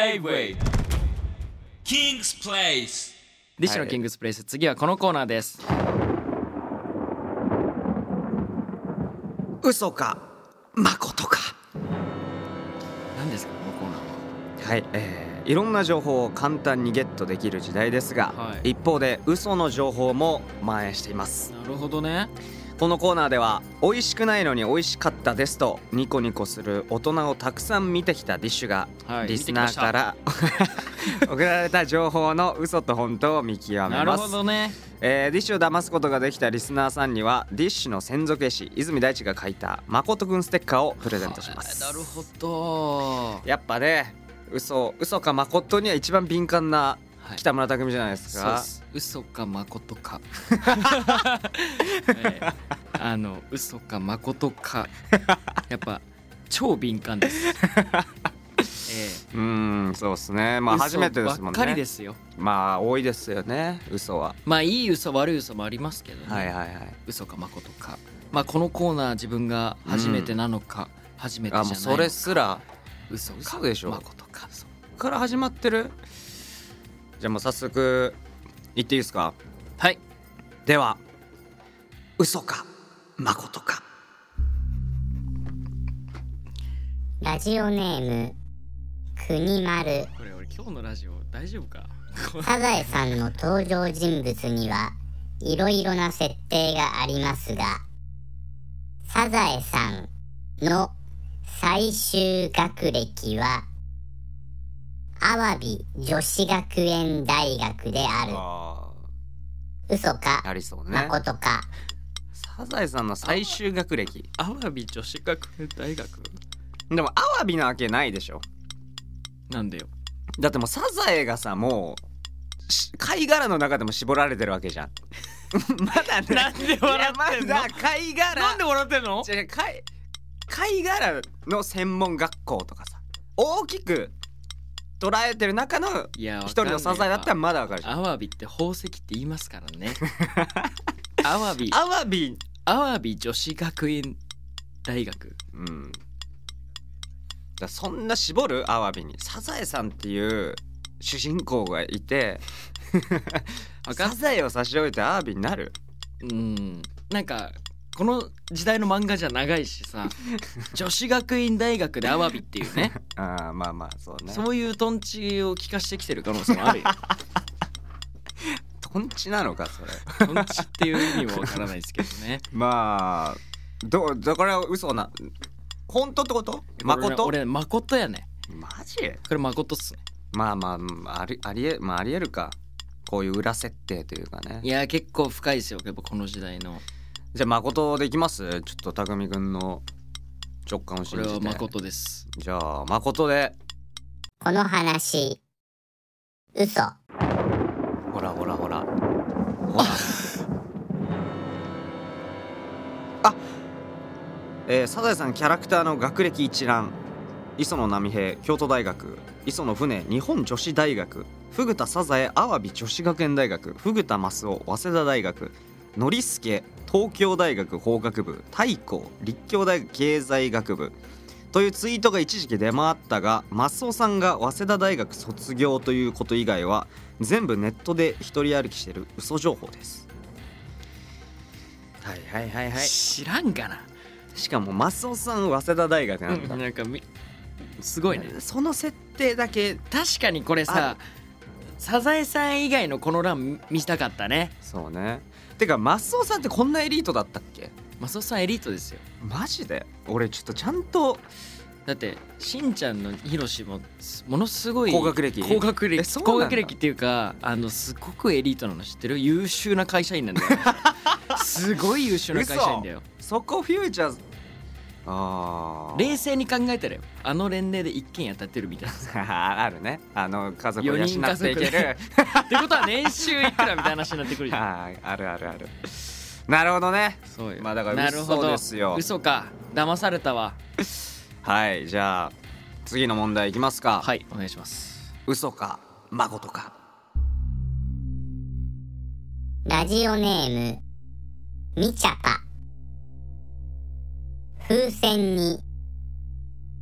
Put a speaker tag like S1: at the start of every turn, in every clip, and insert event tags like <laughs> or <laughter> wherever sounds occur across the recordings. S1: J-Way King's Place
S2: ディッシュのキングスプレイス、次はこのコーナーです。
S3: 嘘か誠か
S2: 何ですか、このコーナー
S3: はい、えーいろんな情報を簡単にゲットできる時代ですが、
S2: はい
S3: 一方で嘘の情報も蔓延しています
S2: は。なるほどね。
S3: このコーナーでは美味しくないのに美味しかったですとニコニコする大人をたくさん見てきたディッシュが
S2: はい
S3: リスナーから送られた情報の嘘と本当を見極め
S2: なる
S3: ま
S2: ほ
S3: す
S2: どね。
S3: えーディッシュを騙すことができたリスナーさんにはディッシュの専属絵師泉大地が書いた誠くんステッカーをプレゼントします
S2: はいなるほど。
S3: やっぱね嘘嘘か誠には一番敏感な
S2: はい
S3: 北村匠海じゃないで
S2: そ
S3: す
S2: うっ
S3: か、
S2: す嘘か誠か、ええ <laughs> あの嘘か誠
S3: <laughs>
S2: かやっぱ超敏感です、え
S3: うーんそうですね
S2: え
S3: まあ初めてですもん
S2: 嘘ばっかりで
S3: ね
S2: すよ
S3: まあ多いですよね嘘は
S2: まあいい嘘悪い嘘もありますけどね、
S3: はいはいはい
S2: 嘘か誠かまあこのコーナー自分が初めてなのか、初めてじゃ
S3: あ
S2: ない
S3: もう
S2: のか
S3: それすら
S2: 嘘か
S3: 嘘でしょ
S2: 誠かそう
S3: から始まってるじゃあもう早速言っていいですか
S2: はい
S3: では嘘か誠か
S4: ラジオネーム国丸
S2: これ俺今日のラジオ大丈夫か
S4: サザエさんの登場人物にはいろいろな設定がありますがサザエさんの最終学歴はアワビ女子学園大学であ
S3: あ
S4: る嘘
S3: ーあ
S4: か
S3: りそうね
S4: 誠か
S3: サザエさんの最終学歴
S2: アワビ女子学園大学
S3: でもアワビなわけないでしょ
S2: なんでよ
S3: だってもうサザエがさもうし貝殻の中でも絞られてるわけじゃん <laughs> まだね
S2: なんで笑ってん
S3: い
S2: の
S3: やまだ貝殻
S2: なんで笑ってんの
S3: 違う貝貝殻の専門学校とかさ大きく捉えてる中の
S2: いや
S3: 一人のサザエだったらまだわかるじゃん
S2: アワビって宝石って言いますから
S3: <laughs>
S2: ねアワビ
S3: アワビ
S2: アワビ女子学院大学
S3: うんだそんな絞るアワビにサザエさんっていう主人公がいて
S2: わかん
S3: サザエを差し置いてアワビになる
S2: うんなんかこの時代の漫画じゃ長いし
S3: <laughs>
S2: さ女子学院大学でアワビっていうね
S3: あーまあまあ <laughs> そうね
S2: そういうトンチを聞かしてきてる可能性もあるよ
S3: トンチなのかそれ
S2: トンチっていう意味もわからないですけどね
S3: まあどうだから嘘な本当ってこと誠
S2: 俺俺 <laughs> 誠やね
S3: マジ
S2: これ誠っすね
S3: まあまあうんありありえまあありえるかこういう裏設定というかね
S2: いや結構深いですよやっぱこの時代の
S3: じゃあ誠でいきますちょっと匠くんの直感を
S2: こ
S3: 信
S2: れ
S3: じ
S2: は
S3: て
S2: 誠です
S3: じゃあ誠で
S4: この話嘘
S3: ほらほらほらほらあえーサザエさんキャラクターの学歴一覧磯野波平京都大学磯野船日本女子大学フグ田サザエアワビ女子学園大学フグ田マスオ早稲田大学ノリスケ東京大学法学部太閤立教大学経済学部というツイートが一時期出回ったがマスオさんが早稲田大学卒業ということ以外は全部ネットで一人歩きしてる嘘情報ですはいはいはいは
S2: 知らんかな、
S3: しかもマスオさん早稲田大学なんだ、
S2: なんかみすごいね
S3: その設定だけ
S2: 確かにこれさサザエさん以外のこの欄見たかったね
S3: そうねてかマスオさんってこんなエリートだったっけ
S2: マスオさんエリートですよ
S3: マジで俺ちょっとちゃんと
S2: だってしんちゃんのヒロシもものすごい
S3: 高学歴
S2: 高学
S3: え
S2: 歴
S3: そうなんだ
S2: 高学歴っていうかあのすごくエリートなの知ってる優秀な会社員なんだ
S3: <laughs>
S2: よすごい優秀な会社員だよ
S3: そこフューチャーあー
S2: 冷静に考えたらよあの年齢で一軒家建てるみたいな
S3: <laughs> あるねあの家族を養
S2: 四
S3: っ
S2: 人家
S3: て
S2: 族
S3: いけ <laughs> る
S2: ってことは年収いくらみたいな話になってくる
S3: <laughs>
S2: じゃん
S3: あーあるあるあるなるほどね
S2: そうよ
S3: まあだから
S2: なるほ
S3: 嘘
S2: ど
S3: ですよ
S2: 嘘か騙されたわ
S3: はいじゃあ次の問題いきますか、
S2: はいお願いします
S3: 嘘か誠か
S4: ラジオネーム、みちゃぱ。風船に、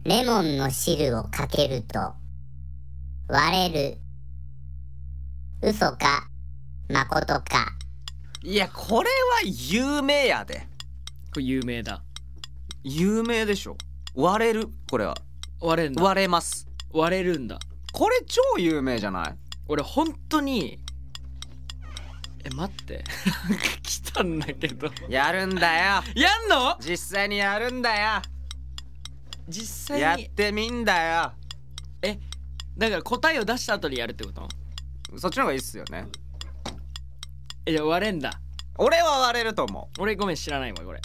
S4: レモンの汁をかけると、割れる嘘か誠か
S3: いやこれは有名やで
S2: これ有名だ
S3: 有名でしょ割れるこれは
S2: 割れんだ
S3: 割れます
S2: 割れるんだ
S3: これ超有名じゃない
S2: 俺本当にえ待って
S3: <laughs>
S2: なんか来たんだけど
S3: やるんだよ
S2: やんの
S3: 実際にやるんだ
S2: 実
S3: よや
S2: 際
S3: っ
S2: に
S3: てみんだ
S2: えだから答えを出した後にやるってこと
S3: よそっちの方がいいっすよね
S2: えじゃあ割れんだ
S3: 俺は割れると思
S2: 俺ごめん知らないわこれ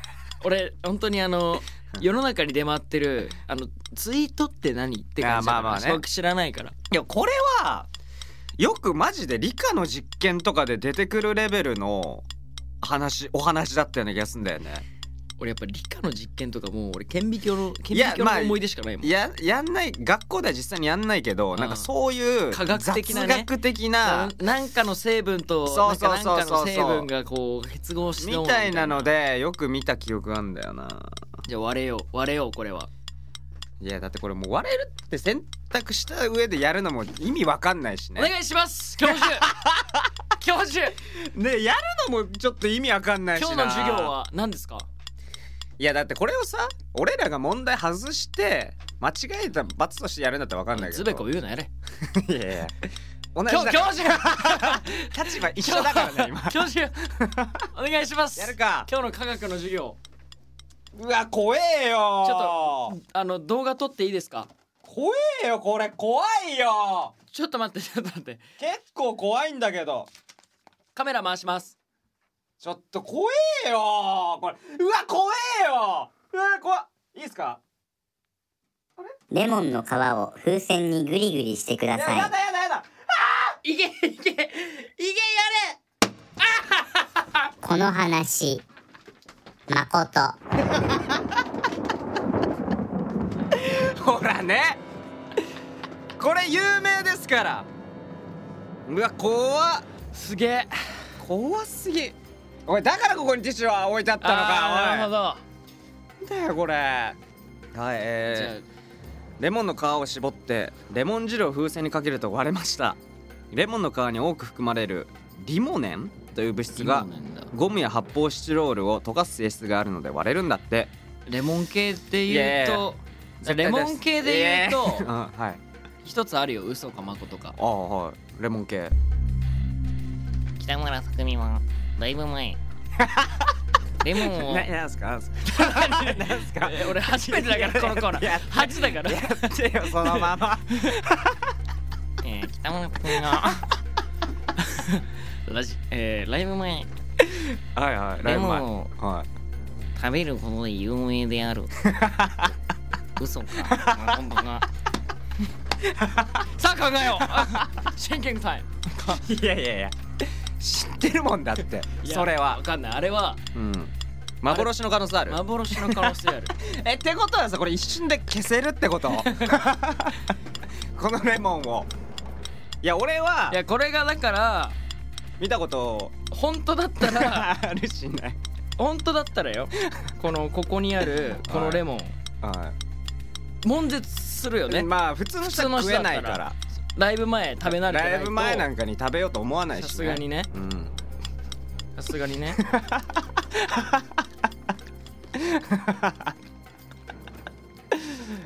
S2: <laughs> 俺本当にあ
S3: <laughs>
S2: の世の中に出回ってるあのツイートって何って感じだから
S3: あまあまあね
S2: 僕知らないから
S3: ういやこれはよくマジで理科の実験とかで出てくるレベルの話お話だったような気がすんだよね
S2: 俺やっぱ理科の実験とかもう俺顕微鏡の顕微
S3: いや
S2: 鏡
S3: まあ
S2: の思い出しかないもん
S3: ややんない学校では実際にやんないけど
S2: ん
S3: なんかそういう
S2: 科学的なね
S3: 雑学的な
S2: ななんかの成分と
S3: そ
S2: な
S3: うん
S2: か
S3: そう
S2: なんか
S3: そうそ
S2: の
S3: うそう
S2: 成分がこう結合して
S3: みたいなのでよく見た記憶なんだよな
S2: じゃあ割れよう割れようこれはい
S3: やだってこれもう割れるって選択した上でやるのも意味わかんないし
S2: お
S3: ね
S2: 願いします教授
S3: <laughs>
S2: 教授
S3: ねやるのもちょっと意味わかんないし
S2: 今
S3: な
S2: 日の授業は何ですか
S3: いやだってこれをさ俺らが問題外して間違えた罰としてやるんだったらわかんないけど
S2: つべこ言うなやれ
S3: いやいや同じ
S2: 教
S3: だ
S2: 教
S3: から
S2: 授
S3: <laughs> 立場一緒だからね今
S2: 教授お願いします
S3: やるか
S2: 今日の科学の授業
S3: うわ怖えよ
S2: ちょっとあの動画撮っていいですか
S3: 怖えよこれ怖いよ
S2: ちょっと待ってちょっと待って
S3: 結構怖いんだけど
S2: カメラ回します
S3: ちょっと怖えよこれうわ怖えようわ怖っいいですか
S4: レモンの皮を風船にグリグリしてくだ
S3: いや
S4: さい
S3: やだやだやだ
S2: いけいけいけやれ
S4: この話誠
S3: ほらねこれ有名ですからうわ怖っ
S2: すげえ
S3: 怖すぎおいだからここにティッシュは置いてあったの
S2: あーなる
S3: か
S2: ほど
S3: おいなんだよこれはい
S2: じゃあ
S3: えー、レモンの皮を絞ってレモン汁を風船にかけると割れましたレモンの皮に多く含まれるリモネンという物質が
S2: そうなんだ
S3: ゴムや発泡スチロールを溶かす性質があるので割れるんだって
S2: レモン系って
S3: いや
S2: 言
S3: いうや
S2: とレモン系で言う
S3: <laughs> えー
S2: と
S3: うんはい
S2: 一つあるよ嘘かまことか
S3: ああはいレモン系
S5: 北村匠海はだいぶ
S2: <laughs>
S5: 前レモンを
S3: ななんすかなんすかなんすか
S2: え俺初めてだからこのコーナ
S3: いや
S2: ー初だから
S3: やってよそのま
S2: <laughs>
S3: ま
S5: えー北村匠海がラジえーライブ前
S3: はいはい
S5: レモ
S3: ライブ
S5: ンを
S3: 前はい
S5: 食べることで有名である嘘か本当か
S2: さあ考えよう <laughs> 真剣タイム
S3: いやいやいや知ってるもんだって
S2: いや
S3: それは
S2: わ、かんないあれは
S3: うん、幻の可能性ある
S2: 幻の可能
S5: <laughs>
S2: 性ある
S3: えってことはさこれ一瞬で消せるってこ
S2: <laughs>
S3: とこのレモンをいや俺はい
S2: やこれがだから
S3: 見たこと
S2: 本当だったら
S3: <laughs> あるしない
S2: 本当だったら <laughs> よこのここにあるこのレモン
S3: は
S2: 悶絶するよ
S3: い、
S2: ね
S3: ね、まあ普通の人
S2: 普通の
S3: は
S2: 人
S3: 食
S2: だ
S3: え
S2: った
S3: な
S2: ら
S3: いから
S2: ライブ前食べ慣れてないと
S3: ライブ前なんかに食べようと思わないし、ね、
S2: さすがにね
S3: うん
S2: さすがにね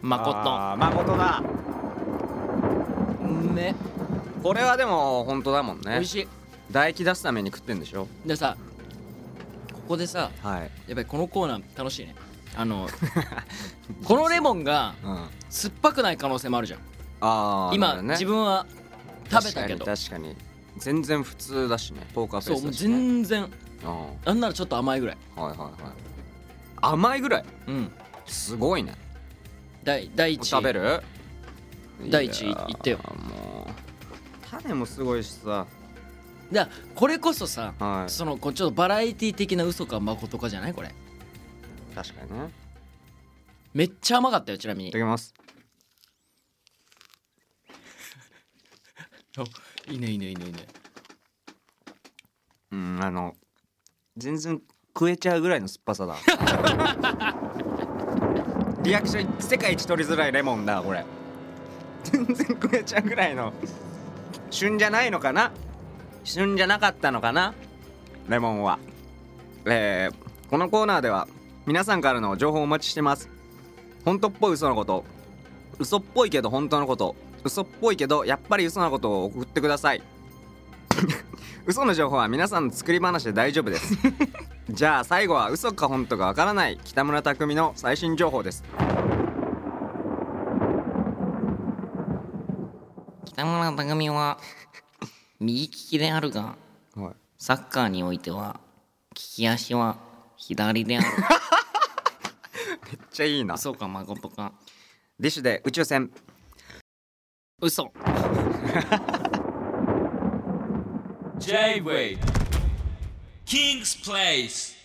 S2: まこ
S3: あー誠だ
S2: とね
S3: これはでも本当だもん
S2: 美
S3: ね
S2: 味しい
S3: 唾液出すために食ってんでしょ
S2: でさここでさ
S3: はい、
S2: やっぱりこのコーナー楽しいねあ <laughs> のこのレモンが
S3: うん、あ
S2: 酸っぱくない可能性もあるじゃん
S3: あーなるほ
S2: 今
S3: どね
S2: 自分は食べたけど
S3: 確かに確かに全然普通だしねポーカーフ
S2: そ
S3: ェイ
S2: う
S3: ス
S2: もう
S3: だし、ね、
S2: 全然
S3: そうもう
S2: なんならちょっと甘いぐらい
S3: んはいはいはい甘いぐらい
S2: うん
S3: すごいね
S2: 第第一
S3: 食べる
S2: 第一
S3: いやー
S2: いってよ
S3: もう種もすごいしさ
S2: だからこれこそさ、
S3: はい
S2: そのこうちょっとバラエティ的な嘘かまことかじゃないこれ
S3: 確かにね
S2: めっちゃ甘かったよちなみ
S3: い
S2: に
S3: ただきます
S2: <laughs> おいいねいいねいいねいいね
S3: うんあの全然食えちゃうぐらいの酸っぱ
S2: <laughs>
S3: さだリアクション世界一取りづらいレモンだこれ全然こやちゃんぐらいの旬じゃないのかな旬じゃなかったのかなレモンはえー、このコーナーでは皆さんからの情報をお待ちしてます本当っぽい嘘のこと嘘っぽいけど本当のこと嘘っぽいけどやっぱり嘘なことを送ってください <laughs> 嘘の情報は皆さんの作り話で大丈夫ですじゃあ最後は嘘か本当かわからない北村匠海の最新情報です
S2: 北村匠海は <laughs> 右利きであるが
S3: はい
S2: サッカーにおいては利き足は左 <laughs> である
S3: めっちゃいいな
S2: 嘘か誠か
S3: ディッシュで宇宙船
S2: 嘘
S1: J-Wave King's Place